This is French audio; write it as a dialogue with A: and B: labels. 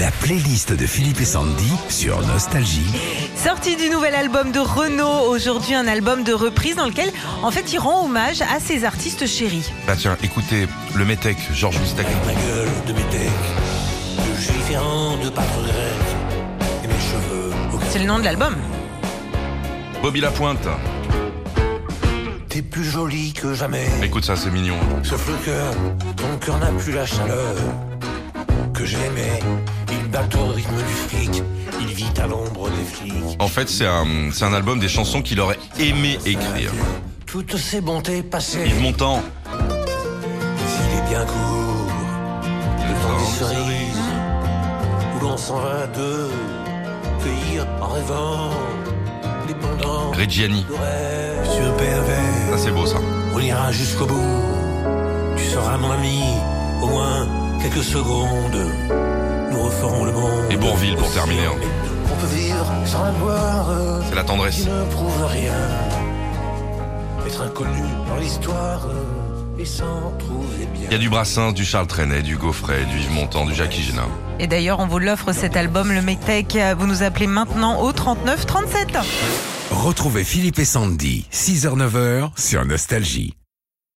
A: La playlist de Philippe et Sandy sur Nostalgie.
B: Sortie du nouvel album de Renaud, aujourd'hui un album de reprise dans lequel en fait il rend hommage à ses artistes chéris.
C: Bah tiens, écoutez, le Métèque, Georges Moustaki.
D: Ma gueule de métèque, je suis différent de pas de grève, et mes cheveux au
B: C'est le nom de l'album.
C: Bobby Lapointe.
D: T'es plus jolie que jamais,
C: Écoute ça, c'est mignon.
D: sauf le cœur, ton cœur n'a plus la chaleur que j'aimais. Il bat au rythme du flic, il vit à l'ombre des flics.
C: En fait, c'est un, c'est un album des chansons qu'il aurait aimé écrire.
D: Toutes ces bontés passées,
C: Yves Montand.
D: s'il est bien court, le temps des cerises, où l'on s'en va deux, cueillir en rêvant, dépendant.
C: Reggiani.
D: Sur pervers,
C: Ça, Ah, c'est beau, ça.
D: on ira jusqu'au bout. Tu seras mon ami, au moins quelques secondes. Nous referons le monde.
C: Et Bourvil pour terminer, hein.
D: On peut vivre sans avoir euh,
C: C'est la tendresse.
D: qui ne prouve rien. Être inconnu dans l'histoire euh, et s'en trouver bien.
C: Il y a du Brassens, du Charles Trenet, du Gaufret, du Yves Montand, du Jacques Génin.
B: Et d'ailleurs on vous l'offre cet album, le Metec. Vous nous appelez maintenant au 39 37.
A: Retrouvez Philippe et Sandy, 6h-9h sur Nostalgie.